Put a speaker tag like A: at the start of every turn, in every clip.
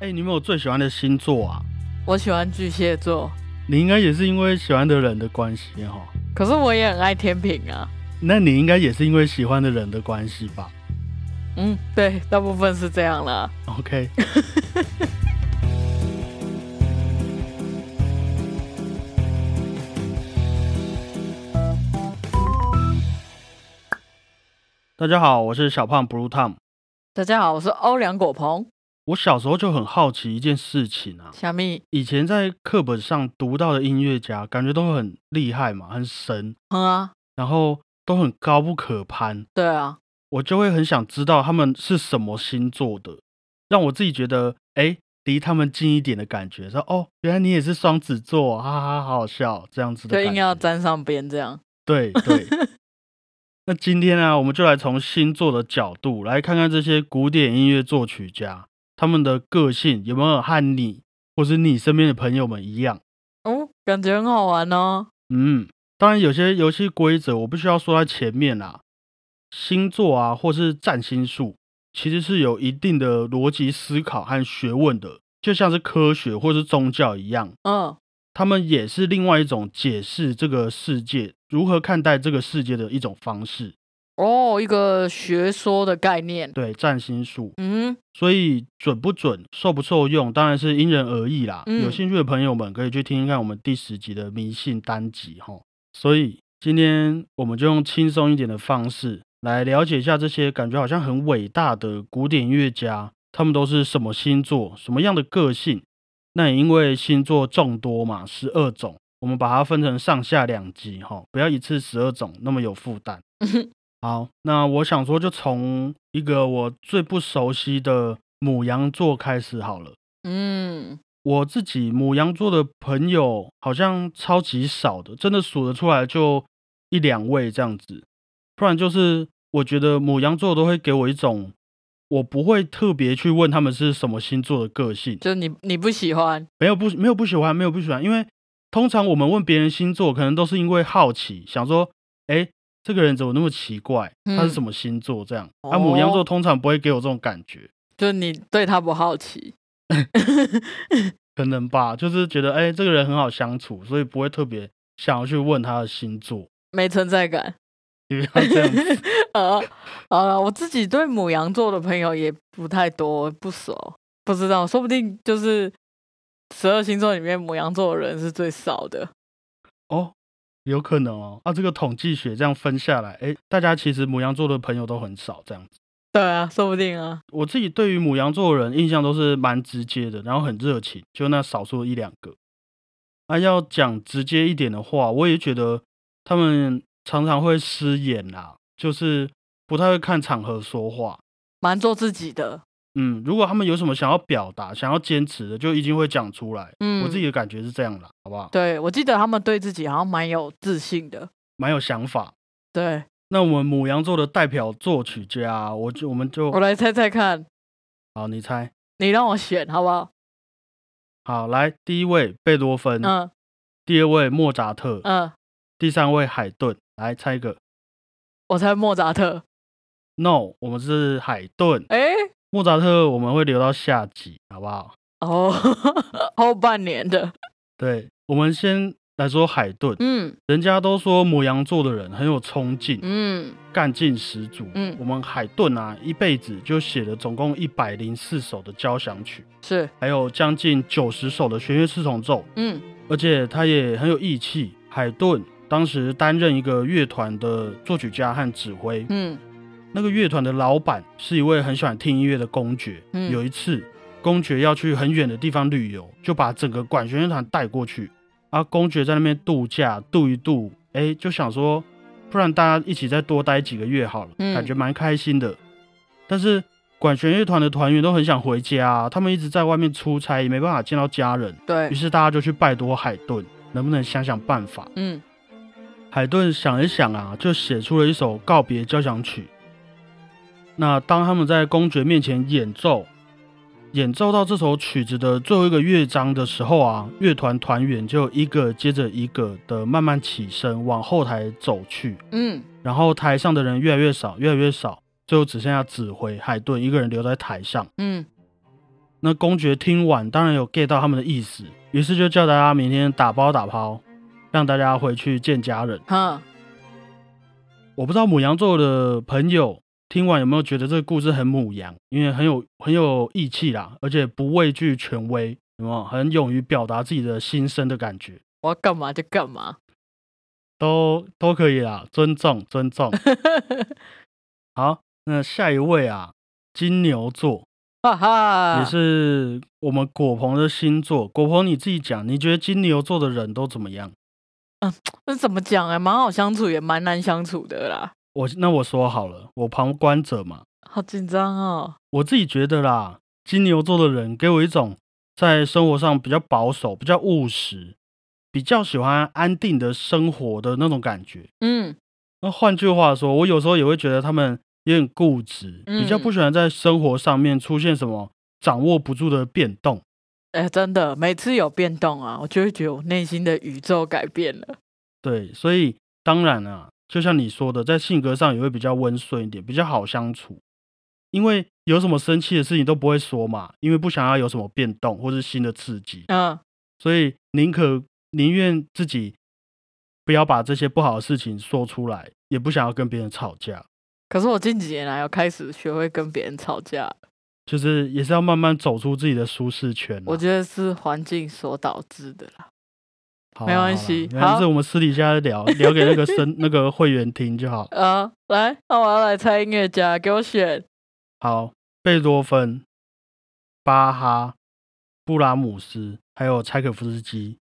A: 哎、你有没有最喜欢的星座啊？
B: 我喜欢巨蟹座，
A: 你应该也是因为喜欢的人的关系哈、
B: 可是我也很爱天平啊。
A: 那你应该也是因为喜欢的人的关系吧
B: 嗯，对，大部分是这样啦。
A: ？OK，大家好，我是小胖 Blue Tom。
B: 大家好，我是欧良果鹏。
A: 我小时候就很好奇一件事情啊，
B: 虾米，
A: 以前在课本上读到的音乐家，感觉都很厉害嘛，很神，
B: 嗯啊，
A: 然后都很高不可攀，
B: 对啊，
A: 我就会很想知道他们是什么星座的，让我自己觉得哎离他们近一点的感觉。说哦，原来你也是双子座，哈哈，好好笑这样子的
B: 就
A: 感觉。
B: 硬要沾上边这样。
A: 对 对。那今天啊，我们就来从星座的角度来看看这些古典音乐作曲家他们的个性有没有和你或是你身边的朋友们一样。
B: 哦，感觉很好玩哦。
A: 嗯，当然有些游戏规则我必须要说在前面啦，星座啊或是占星术其实是有一定的逻辑思考和学问的，就像是科学或是宗教一样，
B: 嗯，
A: 他们也是另外一种解释这个世界如何看待这个世界的一种方式。
B: 哦，一个学说的概念。
A: 对，占星术，
B: 嗯，
A: 所以准不准、受不受用，当然是因人而异啦。有
B: 嗯
A: 兴趣的朋友们可以去听听看我们第十集的迷信单集哈。所以今天我们就用轻松一点的方式来了解一下这些感觉好像很伟大的古典音乐家，他们都是什么星座、什么样的个性。那也因为星座众多嘛，十二种，我们把它分成上下两集哈，不要一次十二种那么有负担。好，那我想说，就从一个我最不熟悉的母羊座开始好了。
B: 嗯，
A: 我自己母羊座的朋友好像超级少的，真的数得出来就一两位这样子。不然就是我觉得母羊座都会给我一种，我不会特别去问他们是什么星座的个性，
B: 就你你不喜欢，
A: 没有不没有不喜欢，没有不喜欢，因为通常我们问别人星座，可能都是因为好奇，想说，哎，这个人怎么那么奇怪？他是
B: 嗯
A: 什么星座？这样，
B: 哦
A: 啊，母羊座通常不会给我这种感觉，
B: 就你对他不好奇。
A: 可能吧，就是觉得，哎，这个人很好相处，所以不会特别想要去问他的星座，
B: 没存在感。
A: 因为他这 样子
B: 呃，好了，我自己对母羊座的朋友也不太多，不熟，不知道，说不定就是十二星座里面母羊座的人是最少的。
A: 哦，有可能哦。啊，这个统计学这样分下来，哎，大家其实母羊座的朋友都很少，这样子。
B: 对啊，说不定啊。
A: 我自己对于母羊座的人印象都是蛮直接的，然后很热情，就那少数一两个。啊，要讲直接一点的话，我也觉得他们常常会失言啦，就是不太会看场合说话。
B: 蛮做自己的，
A: 嗯，如果他们有什么想要表达、想要坚持的，就一定会讲出来。
B: 嗯，
A: 我自己的感觉是这样啦，好不好？
B: 对我记得他们对自己好像蛮有自信的，
A: 蛮有想法。
B: 对
A: 那我们母羊座的代表作曲家，啊我就我们就
B: 我来猜猜看，
A: 好，你猜
B: 你让我选好不好？
A: 好来，第一位贝多芬，
B: 嗯
A: 第二位莫扎特，
B: 嗯，
A: 第三位海顿，来猜一个。
B: 我猜莫扎特，
A: No，我们是海顿，
B: 诶，
A: 莫扎特我们会留到下集，好不好？
B: 哦， 后半年的，
A: 对，我们先来说海顿，
B: 嗯
A: 人家都说母羊座的人很有冲劲，
B: 嗯，
A: 干劲十足。
B: 嗯
A: 我们海顿啊，一辈子就写了总共一百零四首的交响曲，
B: 是，
A: 还有将近九十首的弦乐四重奏，
B: 嗯
A: 而且他也很有义气。海顿当时担任一个乐团的作曲家和指挥，
B: 嗯
A: 那个乐团的老板是一位很喜欢听音乐的公爵。
B: 嗯
A: 有一次，公爵要去很远的地方旅游，就把整个管弦乐团带过去。啊，公爵在那边度假度一度，哎，就想说，不然大家一起再多待几个月好了，
B: 嗯
A: 感觉蛮开心的。但是管弦乐团的团员都很想回家、啊他们一直在外面出差，也没办法见到家人。于
B: 对，
A: 是大家就去拜托海顿，能不能想想办法？
B: 嗯
A: 海顿想一想啊，就写出了一首告别交响曲。那当他们在公爵面前演奏，演奏到这首曲子的最后一个乐章的时候啊，乐团团员就一个接着一个的慢慢起身往后台走去，
B: 嗯
A: 然后台上的人越来越少，越来越少，最后只剩下指挥海顿一个人留在台上。
B: 嗯
A: 那公爵听完，当然有 get 到他们的意思，于是就叫大家明天打包打包，让大家回去见家人。
B: 哈，
A: 我不知道母羊座的朋友听完有没有觉得这个故事很母羊，因为很有很有义气啦，而且不畏惧权威，有没有很勇于表达自己的心声的感觉？
B: 我要干嘛就干嘛。
A: 都都可以啦，尊重尊重。好，那下一位啊，金牛座
B: 哈哈，
A: 也是我们果鹏的星座。果鹏你自己讲，你觉得金牛座的人都怎么样？
B: 那怎么讲哎、蛮好相处，也蛮难相处的啦。
A: 我那我说好了，我旁观者嘛，
B: 好紧张哦，
A: 我自己觉得啦，金牛座的人给我一种在生活上比较保守、比较务实、比较喜欢安定的生活的那种感觉。
B: 嗯，
A: 那换句话说，我有时候也会觉得他们有点固执，比较不喜欢在生活上面出现什么掌握不住的变动。
B: 哎、真的，每次有变动啊，我就会觉得我内心的宇宙改变了。
A: 对，所以当然啊，就像你说的，在性格上也会比较温顺一点，比较好相处。因为有什么生气的事情都不会说嘛，因为不想要有什么变动或是新的刺激。
B: 嗯，
A: 所以宁可宁愿自己不要把这些不好的事情说出来，也不想要跟别人吵架，
B: 可是我近几年来有开始学会跟别人吵架了，
A: 就是也是要慢慢走出自己的舒适圈啦。
B: 我觉得是环境所导致的啦。
A: 好
B: 没
A: 啦
B: 关
A: 好啦啊
B: 系
A: 没关系，
B: 好
A: 我们私底下聊聊给那个 生那个会员听就好。
B: 啊，来，那我要来猜音乐家，给我选。
A: 好，贝多芬、巴哈、布拉姆斯，还有柴可夫斯基，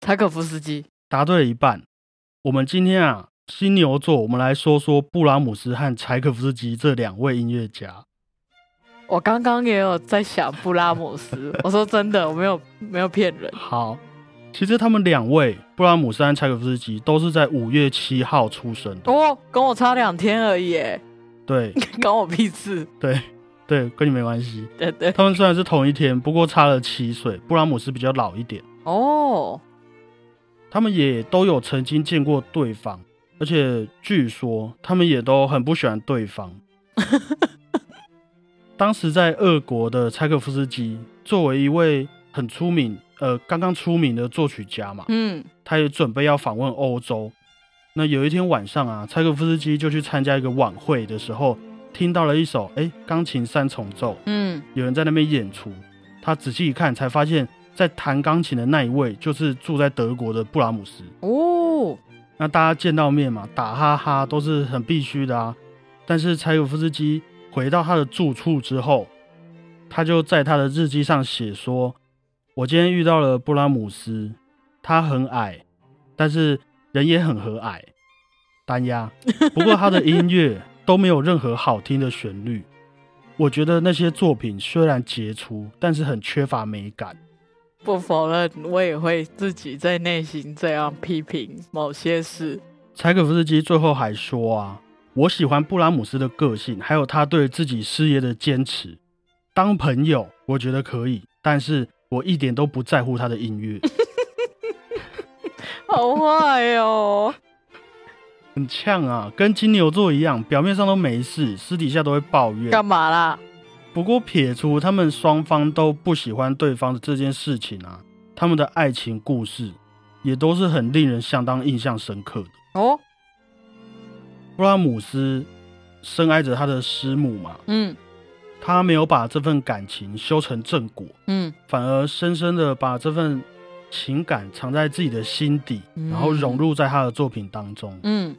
B: 柴可夫斯基，
A: 答对了一半。我们今天啊，金牛座，我们来说说布拉姆斯和柴可夫斯基这两位音乐家。
B: 我刚刚也有在想布拉姆斯，我说真的，我没有没有骗人。
A: 好，其实他们两位布拉姆斯和柴可夫斯基都是在五月七号出生的。
B: 哦，跟我差两天而已耶，
A: 对
B: 关我屁事。
A: 对对，跟你没关系。
B: 对对，
A: 他们虽然是同一天，不过差了七岁。布拉姆斯比较老一点，
B: 哦，
A: 他们也都有曾经见过对方，而且据说他们也都很不喜欢对方。当时在俄国的柴可夫斯基，作为一位很出名、呃刚刚出名的作曲家嘛，
B: 嗯，
A: 他也准备要访问欧洲。那有一天晚上啊，柴可夫斯基就去参加一个晚会的时候，听到了一首哎钢琴三重奏，
B: 嗯，
A: 有人在那边演出。他仔细一看，才发现，在弹钢琴的那一位就是住在德国的布拉姆斯。
B: 哦，
A: 那大家见到面嘛，打哈哈都是很必须的啊。但是柴可夫斯基回到他的住处之后，他就在他的日记上写说：“我今天遇到了布拉姆斯，他很矮，但是人也很和蔼，单压。不过他的音乐都没有任何好听的旋律。我觉得那些作品虽然杰出，但是很缺乏美感。
B: 不否认，我也会自己在内心这样批评某些事。
A: 柴可夫斯基最后还说啊，我喜欢布拉姆斯的个性，还有他对自己事业的坚持。当朋友，我觉得可以，但是我一点都不在乎他的音乐，
B: 好坏 哦，
A: 很呛啊，跟金牛座一样，表面上都没事，私底下都会抱
B: 干
A: 怨。
B: 嘛啦？
A: 不过撇除他们双方都不喜欢对方的这件事情啊，他们的爱情故事也都是很令人相当印象深刻的。
B: 哦，
A: 布拉姆斯深爱着他的师母嘛，
B: 嗯
A: 他没有把这份感情修成正果，
B: 嗯，
A: 反而深深的把这份情感藏在自己的心底，
B: 嗯
A: 然后融入在他的作品当中。
B: 嗯，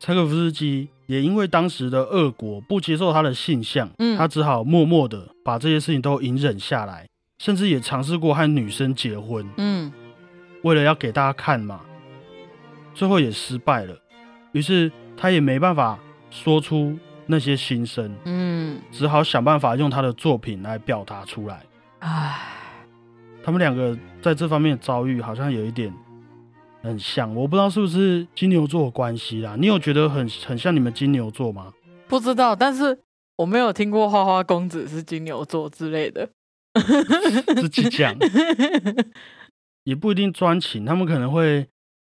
A: 柴可夫斯基也因为当时的俄国不接受他的性向，
B: 嗯
A: 他只好默默的把这些事情都隐忍下来，甚至也尝试过和女生结婚，
B: 嗯，
A: 为了要给大家看嘛，最后也失败了。于是他也没办法说出那些心声，
B: 嗯，
A: 只好想办法用他的作品来表达出来。
B: 唉，
A: 他们两个在这方面的遭遇好像有一点很像，我不知道是不是金牛座的关系啦。你有觉得很很像你们金牛座吗？
B: 不知道，但是我没有听过花花公子是金牛座之类的。
A: 自己讲 也不一定专情，他们可能会，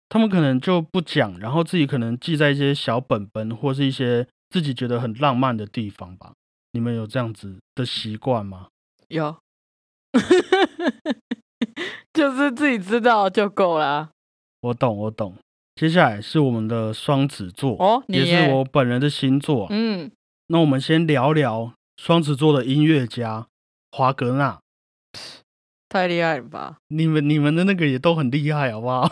A: 他们可能就不讲，然后自己可能记在一些小本本或是一些自己觉得很浪漫的地方吧。你们有这样子的习惯吗？
B: 有， 就是自己知道就够啦。
A: 我懂，我懂。接下来是我们的双子座，
B: 哦，你
A: 也
B: 耶
A: 是我本人的星座啊、
B: 嗯，
A: 那我们先聊聊双子座的音乐家华格纳。
B: 太厉害了吧？
A: 你们你们的那个也都很厉害，好不好？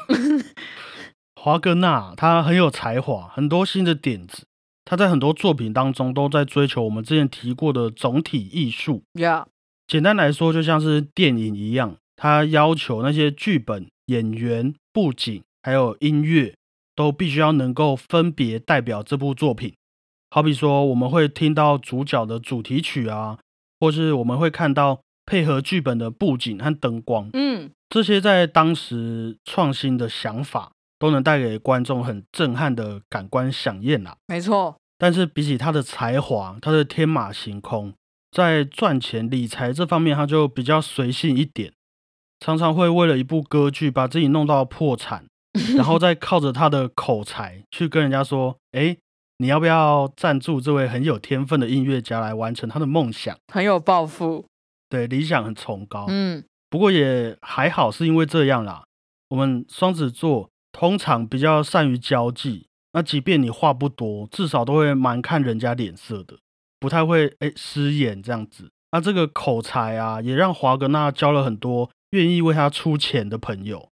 A: 华格纳他很有才华，很多新的点子。他在很多作品当中都在追求我们之前提过的总体艺术。
B: 呀、
A: 简单来说，就像是电影一样，他要求那些剧本、演员、布景还有音乐都必须要能够分别代表这部作品。好比说，我们会听到主角的主题曲啊，或是我们会看到配合剧本的布景和灯光。
B: 嗯，
A: 这些在当时创新的想法，都能带给观众很震撼的感官响应啊啦。
B: 没错，
A: 但是比起他的才华，他的天马行空，在赚钱理财这方面，他就比较随性一点，常常会为了一部歌剧把自己弄到破产，然后再靠着他的口才去跟人家说：“哎，你要不要赞助这位很有天分的音乐家来完成他的梦想
B: 很有抱负。？”
A: 对，理想很崇高。
B: 嗯，
A: 不过也还好，是因为这样啦。我们双子座通常比较善于交际，那即便你话不多，至少都会蛮看人家脸色的，不太会哎失言这样子。那这个口才啊，也让华格纳交了很多愿意为他出钱的朋友，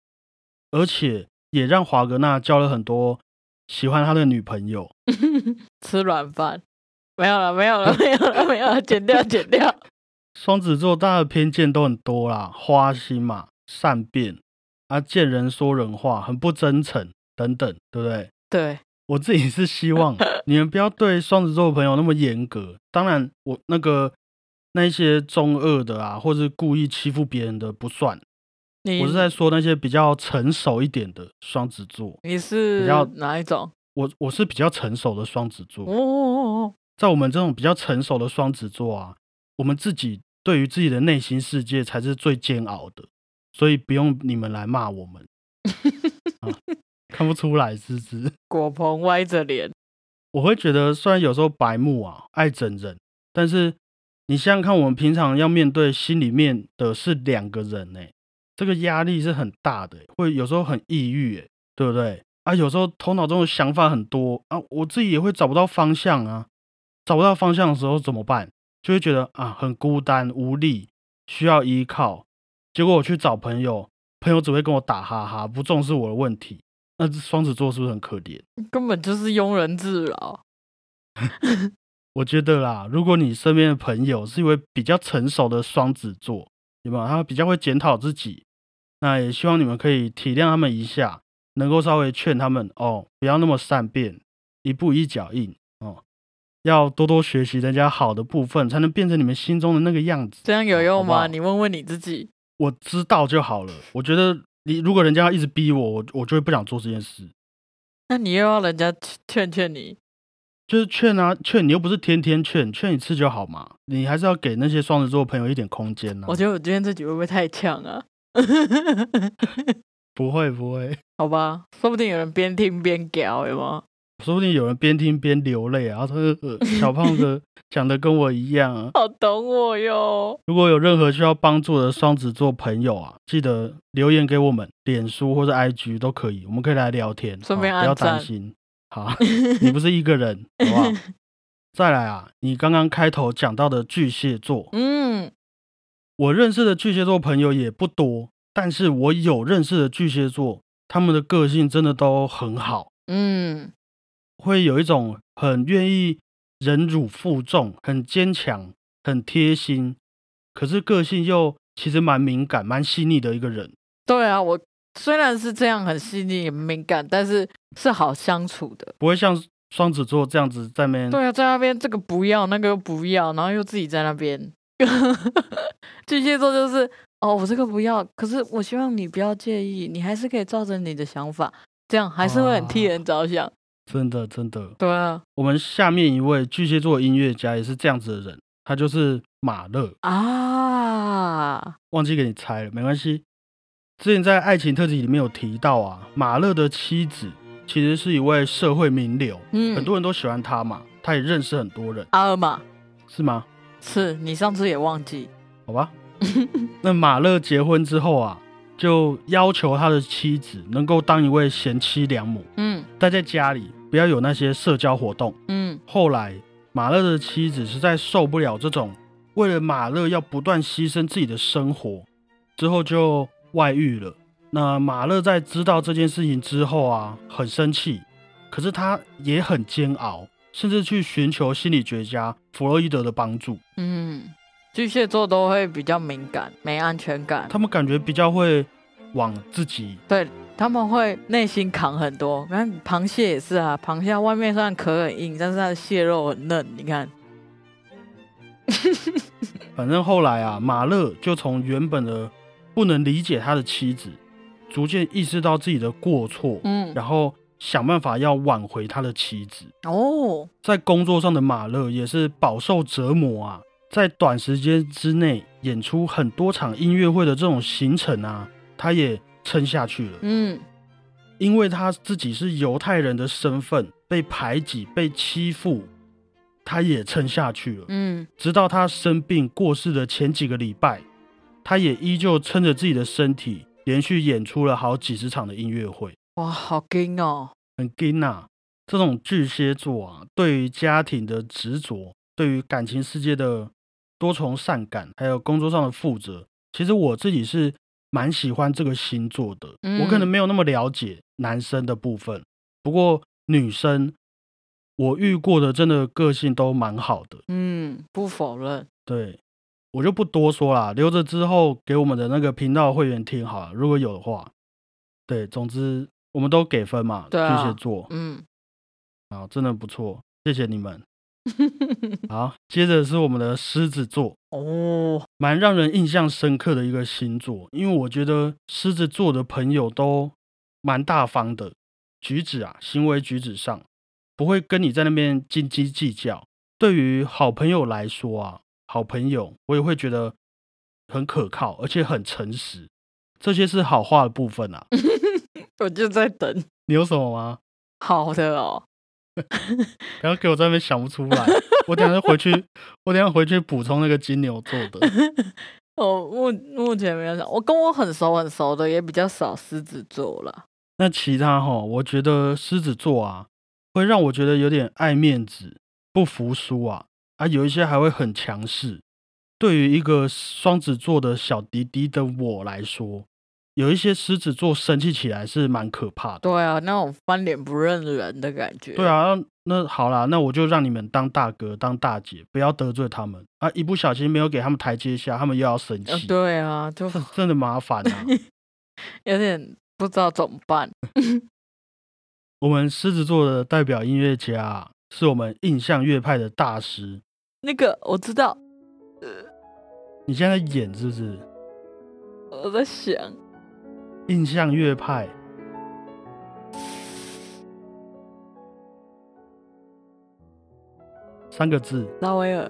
A: 而且也让华格纳交了很多喜欢他的女朋友。
B: 吃软饭。没有了，没有了，没有了，没有了，剪掉，剪掉。
A: 双子座大家的偏见都很多啦，花心嘛，善变啊，见人说人话，很不真诚等等，对不对？
B: 对，
A: 我自己是希望你们不要对双子座的朋友那么严格。当然，我那个那一些中二的啊，或是故意欺负别人的不算，
B: 你
A: 我是在说那些比较成熟一点的双子座。
B: 你是
A: 较
B: 哪一种？
A: 我我是比较成熟的双子座，
B: 哦，
A: 在我们这种比较成熟的双子座啊，我们自己对于自己的内心世界才是最煎熬的，所以不用你们来骂我们。啊、看不出来是不是？
B: 果鹏歪着脸，
A: 我会觉得，虽然有时候白目啊，爱整人，但是你想想看，我们平常要面对心里面的是两个人呢、这个压力是很大的欸、会有时候很抑郁、欸，对不对？啊，有时候头脑中的想法很多啊，我自己也会找不到方向啊，找不到方向的时候怎么办？就会觉得啊，很孤单无力，需要依靠。结果我去找朋友，朋友只会跟我打哈哈，不重视我的问题。那这双子座是不是很可怜？
B: 根本就是庸人自扰。
A: 我觉得啦，如果你身边的朋友是一位比较成熟的双子座，有没有？他比较会检讨自己，那也希望你们可以体谅他们一下，能够稍微劝他们哦，不要那么善变，一步一脚印哦，要多多学习人家好的部分，才能变成你们心中的那个样子。
B: 这样有用
A: 哦好不好
B: 吗？你问问你自己。
A: 我知道就好了。我觉得你如果人家一直逼我，我我就会不想做这件事。
B: 那你又要人家劝劝你，
A: 就是劝啊，劝你又不是天天劝，劝一次就好嘛。你还是要给那些双子座的朋友一点空间啊呢、
B: 我觉得我今天这集会不会太呛啊？
A: 不会不会，
B: 好吧，说不定有人边听边屌，有吗？
A: 说不定有人边听边流泪啊。他说、呃、小胖 子讲的跟我一样啊。
B: 好懂我哟。
A: 如果有任何需要帮助的双子座朋友啊，记得留言给我们，脸书或者 IG 都可以，我们可以来聊天，
B: 顺
A: 哦
B: 便
A: 不要
B: 按赞
A: 担心。 好，你不是一个人，好不好？再来啊，你刚刚开头讲到的巨蟹座，
B: 嗯，
A: 我认识的巨蟹座朋友也不多，但是我有认识的巨蟹座，他们的个性真的都很好。
B: 嗯，
A: 会有一种很愿意忍辱负重、很坚强、很贴心，可是个性又其实蛮敏感、蛮细腻的一个人。
B: 对啊，我虽然是这样很细腻、很敏感，但是是好相处的。
A: 不会像双子座这样子在那边
B: 对啊，在那边这个不要，那个又不要，然后又自己在那边。 巨蟹座就是哦，我这个不要，可是我希望你不要介意，你还是可以照着你的想法，这样还是会很替
A: 哦
B: 人着想。
A: 真的真的。
B: 对啊，
A: 我们下面一位巨蟹座音乐家也是这样子的人，他就是马勒，
B: 啊，
A: 忘记给你猜了，没关系。之前在爱情特辑里面有提到啊，马勒的妻子其实是一位社会名流，
B: 嗯，
A: 很多人都喜欢他嘛，他也认识很多人，
B: 阿尔玛
A: 是吗？
B: 是你上次也忘记，
A: 好吧。 那马勒结婚之后啊，就要求他的妻子能够当一位贤妻良母，
B: 嗯
A: 待在家里，不要有那些社交活动。
B: 嗯
A: 后来，马勒的妻子实在受不了这种为了马勒要不断牺牲自己的生活，之后就外遇了。那马勒在知道这件事情之后啊，很生气，可是他也很煎熬，甚至去寻求心理学家弗洛伊德的帮助。
B: 嗯，巨蟹座都会比较敏感，没安全感，
A: 他们感觉比较会往自己
B: 对，他们会内心扛很多。你看螃蟹也是啊，螃蟹外面虽然壳很硬，但是它的蟹肉很嫩。你看，
A: 反正后来啊，马勒就从原本的不能理解他的妻子，逐渐意识到自己的过错，
B: 嗯，
A: 然后想办法要挽回他的妻子。
B: 哦，
A: 在工作上的马勒也是饱受折磨啊，在短时间之内演出很多场音乐会的这种行程啊，他也撑下去了。
B: 嗯
A: 因为他自己是犹太人的身份被排挤、被欺负，他也撑下去了。
B: 嗯
A: 直到他生病过世的前几个礼拜，他也依旧撑着自己的身体，连续演出了好几十场的音乐会。
B: 哇，好硬哦，
A: 很 gay 呐，这种巨蟹座啊，对于家庭的执着，对于感情世界的多重善感，还有工作上的负责，其实我自己是蛮喜欢这个星座的。我可能
B: 嗯
A: 没有那么了解男生的部分，不过女生我遇过的真的个性都蛮好的。
B: 嗯，不否认，
A: 对，我就不多说啦，留着之后给我们的那个频道会员听好了，如果有的话。对，总之我们都给分嘛，
B: 对啊
A: 巨蟹座
B: 嗯，
A: 啊，真的不错，谢谢你 们。好，接着是我们的狮子座，
B: 哦，
A: 蛮让人印象深刻的一个星座，因为我觉得狮子座的朋友都蛮大方的，举止啊，行为举止上不会跟你在那边斤斤计较。对于好朋友来说啊，好朋友我也会觉得很可靠，而且很诚实，这些是好话的部分啊。
B: 我就在等
A: 你有什么吗？
B: 好的哦，
A: 不要给我在那边想不出来，我等一下回去，我等一下回去补充那个金牛座的。
B: 我目目前没有想，我跟我很熟很熟的也比较少狮子座了，
A: 那其他哈，我觉得狮子座啊，会让我觉得有点爱面子、不服输啊，啊，有一些还会很强势。对于一个双子座的小弟弟的我来说，有一些狮子座生气起来是蛮可怕的。
B: 对啊，那种翻脸不认人的感觉，
A: 对，啊，那好啦，那我就让你们当大哥、当大姐，不要得罪他们啊！一不小心没有给他们台阶下，他们又要生
B: 呃
A: 气，
B: 对啊，就
A: 这真的麻烦啊。
B: 有点不知道怎么办，
A: 我们狮子座的代表音乐家啊是我们印象乐派的大师，
B: 那个我知道，
A: 你现在在演是不是？
B: 我在想。
A: 印象乐派，三个字
B: 拉威尔。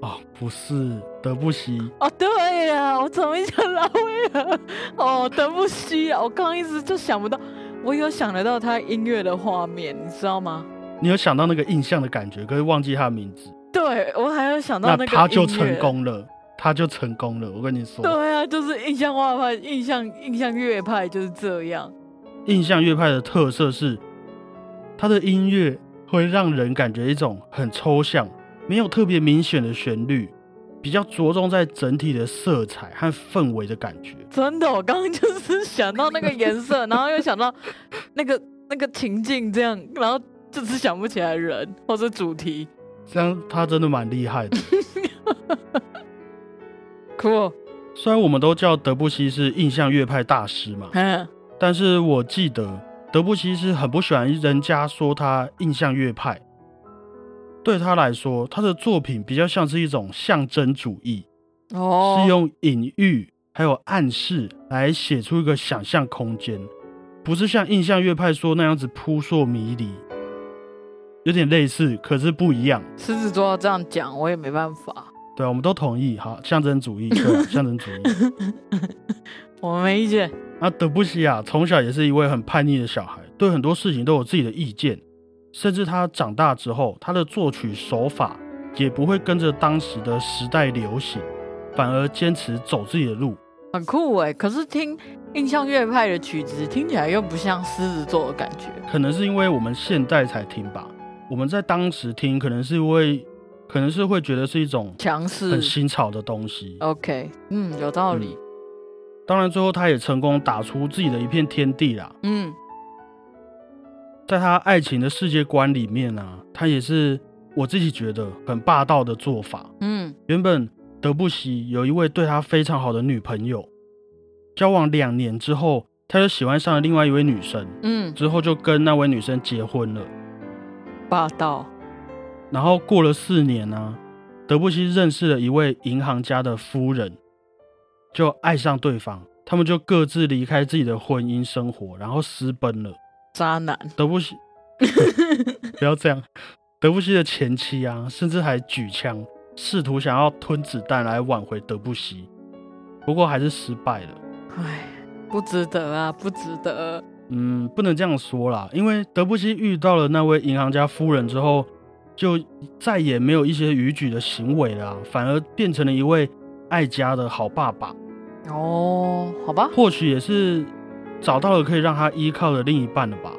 A: 哦，不是德布西，
B: 哦，对呀，我怎么一想拉威尔？ 哦，德布西啊，我刚刚一直就想不到，我有想得到他音乐的画面，你知道吗？
A: 你有想到那个印象的感觉，可是忘记他的名字，
B: 对，我还有想到个
A: 他就
B: 音乐
A: 成。功了，他就成功了。我跟你说，
B: 对啊，就是印象画派、印象印象乐派就是这样。
A: 印象乐派的特色是，他的音乐会让人感觉一种很抽象、没有特别明显的旋律，比较着重在整体的色彩和氛围的感觉。
B: 真的，我刚刚就是想到那个颜 色，然后又想到那个那个情境，这样，然后就是想不起来人或者主题。
A: 这样他真的蛮厉害的。
B: Cool，
A: 虽然我们都叫德布西是印象乐派大师嘛，
B: 嗯，
A: 但是我记得德布西是很不喜欢人家说他印象乐派。对他来说，他的作品比较像是一种象征主义，
B: 哦，
A: 是用隐喻还有暗示来写出一个想象空间，不是像印象乐派说那样子扑朔迷离，有点类似，可是不一样。
B: 狮子座要这样讲，我也没办法，
A: 对啊，我们都同意，好，象征主义，对啊，象征主义。
B: 我没意见。
A: 那德布西亚从小也是一位很叛逆的小孩，对很多事情都有自己的意见，甚至他长大之后，他的作曲手法也不会跟着当时的时代流行，反而坚持走自己的路。
B: 很酷哎、可是听印象乐派的曲子，听起来又不像狮子座的感觉。
A: 可能是因为我们现代才听吧，我们在当时听，可能是会，可能是会觉得是一种
B: 强
A: 很
B: 势
A: 新潮的东西。
B: ，OK，嗯，有道理，
A: 当然，最后他也成功打出自己的一片天地啦。
B: 嗯
A: 在他爱情的世界观里面啊，他也是我自己觉得很霸道的做法。
B: 嗯
A: 原本德布西有一位对他非常好的女朋友，交往两年之后，他就喜欢上了另外一位女生，
B: 嗯，
A: 之后就跟那位女生结婚了。
B: 霸道，
A: 然后过了四年呢、德布西认识了一位银行家的夫人，就爱上对方，他们就各自离开自己的婚姻生活，然后私奔了。
B: 渣 男，
A: 德布西， 不要这样。德布西的前妻啊，甚至还举枪，试图想要吞子弹来挽回德布西，不过还是失败了。
B: 唉，不值得啊，不值得，
A: 嗯，不能这样说啦，因为德布西遇到了那位银行家夫人之后，就再也没有一些逾矩的行为啦、反而变成了一位爱家的好爸爸。
B: 哦，好吧，
A: 或许也是找到了可以让他依靠的另一半了吧。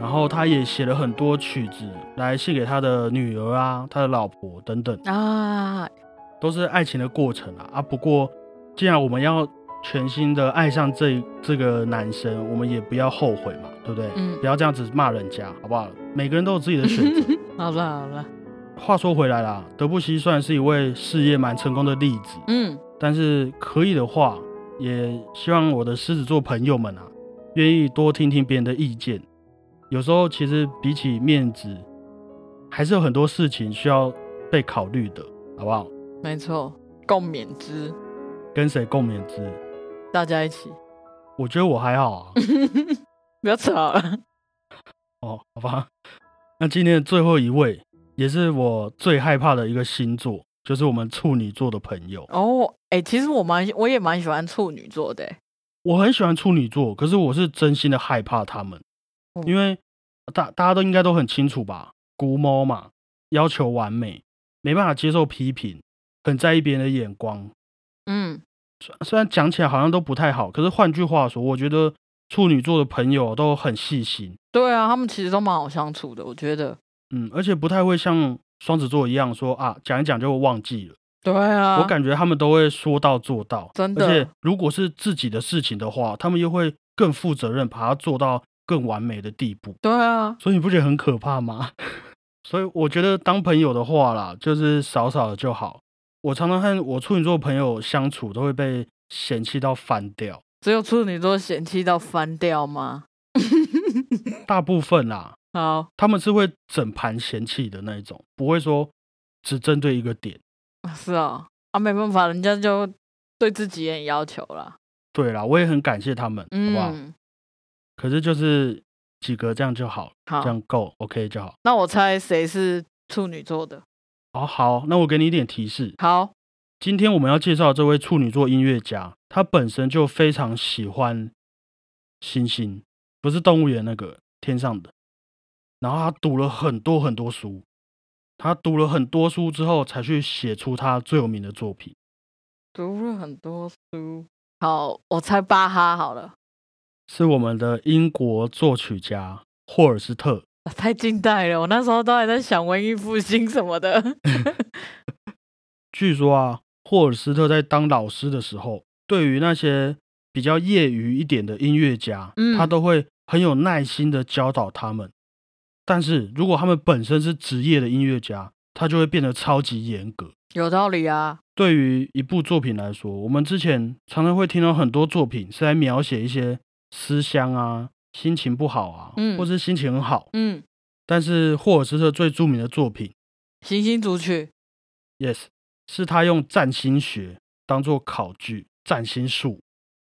A: 然后他也写了很多曲子来献给他的女儿啊、他的老婆等等，
B: 啊，
A: 都是爱情的过程啊。啊，不过既然我们要全心的爱上这这个男生，我们也不要后悔嘛，对不对？
B: 嗯
A: 不要这样子骂人家，好不好？每个人都有自己的选择。
B: 好了好了，
A: 话说回来啦，德布西虽然是一位事业蛮成功的例子，
B: 嗯，
A: 但是可以的话，也希望我的狮子座朋友们啊，愿意多听听别人的意见。有时候其实比起面子，还是有很多事情需要被考虑的，好不好？
B: 没错，共勉之，
A: 跟谁共勉之？
B: 大家一起，
A: 我觉得我还好啊。
B: 不要吵了，
A: 哦，好吧。那今天的最后一位，也是我最害怕的一个星座，就是我们处女座的朋友。
B: 哦，哎、其实我蛮我也蛮喜欢处女座的、哎
A: 我很喜欢处女座，可是我是真心的害怕他们，
B: 嗯
A: 因为大大家都应该都很清楚吧，古猫嘛，要求完美，没办法接受批评，很在意别人的眼光。
B: 嗯，
A: 虽虽然讲起来好像都不太好，可是换句话说，我觉得处女座的朋友都很细心，
B: 对啊，他们其实都蛮好相处的，我觉得，
A: 嗯，而且不太会像双子座一样说啊，讲一讲就忘记了。
B: 对啊，
A: 我感觉他们都会说到做到，
B: 真的
A: 而且如果是自己的事情的话，他们又会更负责任，把它做到更完美的地步。
B: 对啊，
A: 所以你不觉得很可怕吗？ 所以我觉得当朋友的话啦，就是少少的就好。我常常和我处女座朋友相处，都会被嫌弃到翻掉，
B: 只有处女座嫌弃到翻掉 吗？
A: 大部分啦，
B: 好，
A: 他们是会整盘嫌弃的那一种，不会说只针对一个点。
B: 是啊、啊，没办法，人家就对自己也有要求啦。
A: 对啦，我也很感谢他们，好不好？
B: 嗯，
A: 可是就是几个这样就好，
B: 好
A: 这样够 OK 就好。
B: 那我猜谁是处女座的？
A: 好哦好，那我给你一点提示，
B: 好，
A: 今天我们要介绍的这位处女座音乐家，他本身就非常喜欢星星，不是动物园那个天上的。然后他读了很多很多书，他读了很多书之后，才去写出他最有名的作品。
B: 读了很多书。好，我猜巴哈好了，
A: 是我们的英国作曲家霍尔斯特。
B: 啊太近代了，我那时候都还在想文艺复兴什么的。
A: 据说啊，霍尔斯特在当老师的时候，对于那些比较业余一点的音乐家，
B: 嗯
A: 他都会很有耐心的教导他们。但是如果他们本身是职业的音乐家，他就会变得超级严格。
B: 有道理啊，
A: 对于一部作品来说，我们之前常常会听到很多作品是在描写一些思乡啊、心情不好啊，
B: 嗯
A: 或是心情很好。
B: 嗯，
A: 但是霍尔斯特最著名的作品
B: 行星组曲，
A: Yes，是他用占星学当做考据，占星术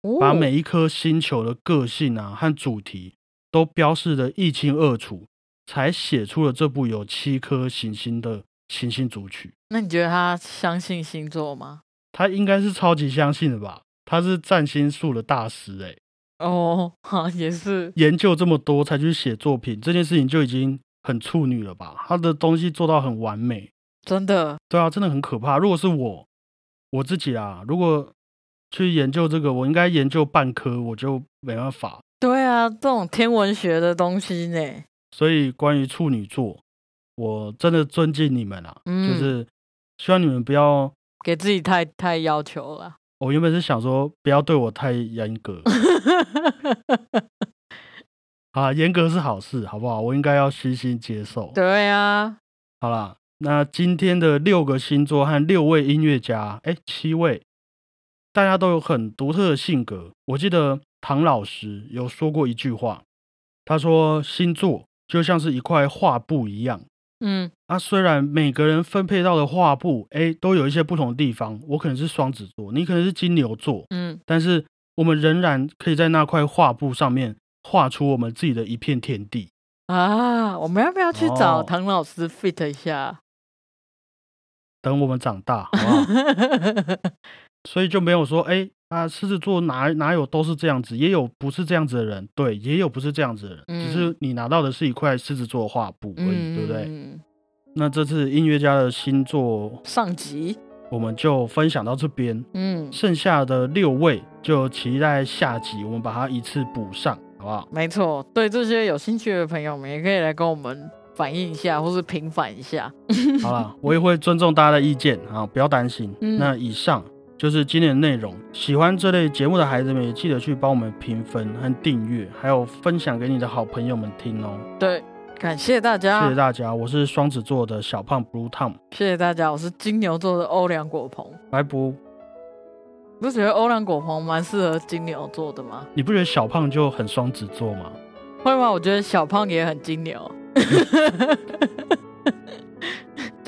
B: 哦
A: 把每一颗星球的个性啊和主题都标示得一清二楚，才写出了这部有七颗行星的行星组曲。
B: 那你觉得他相信星座吗？
A: 他应该是超级相信的吧？他是占星术的大师诶、
B: 哦，哈，也是，
A: 研究这么多才去写作品，这件事情就已经很处女了吧？他的东西做到很完美，
B: 真的，
A: 对啊，真的很可怕。如果是我，我自己啦，如果去研究这个，我应该研究半科，我就没办法。
B: 对啊，这种天文学的东西呢，
A: 所以关于处女座，我真的尊敬你们啦，
B: 嗯
A: 就是希望你们不要。
B: 给自己太太要求 了。
A: 我原本是想说不要对我太严格啊，严格是好事，好不好？我应该要虚心接受。
B: 对啊，
A: 好啦，那今天的六个星座和六位音乐家，哎，七位，大家都有很独特的性格。我记得唐老师有说过一句话，他说星座就像是一块画布一样。
B: 嗯
A: 啊，虽然每个人分配到的画布，哎，都有一些不同的地方。我可能是双子座，你可能是金牛座，
B: 嗯，
A: 但是我们仍然可以在那块画布上面画出我们自己的一片天地。
B: 啊，我们要不要去找
A: 哦
B: 唐老师 fit 一下？
A: 等我们长大，好不好？所以就没有说，哎、啊，狮子座哪哪有都是这样子，也有不是这样子的人，对，也有不是这样子的人，
B: 嗯
A: 只是你拿到的是一块狮子座画布而已，对不对？
B: 嗯？
A: 那这次音乐家的星座
B: 上集，
A: 我们就分享到这边，
B: 嗯，
A: 剩下的六位就期待下集我们把它一次补上，好不好？
B: 没错。对这些有兴趣的朋友们，也可以来跟我们反映一下，或是平反一下。
A: 好啦，我也会尊重大家的意见啊，不要担心。
B: 嗯
A: 那以上。就是今天的内容，喜欢这类节目的孩子们也记得去帮我们评分和订阅，还有分享给你的好朋友们听哦。
B: 对，感谢大家，
A: 谢谢大家，我是双子座的小胖 Blue Tom，
B: 谢谢大家。我是金牛座的欧良果鹏，
A: 白不？
B: 不觉得欧良果鹏蛮适合金牛座的吗？
A: 你不觉得小胖就很双子座吗？
B: 会吗？我觉得小胖也很金牛，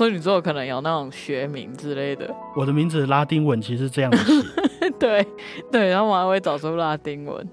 B: 所以你座可能有那种学名之类的。
A: 我的名字拉丁文其实是这样子写，
B: 对对，然后我还会找出拉丁文。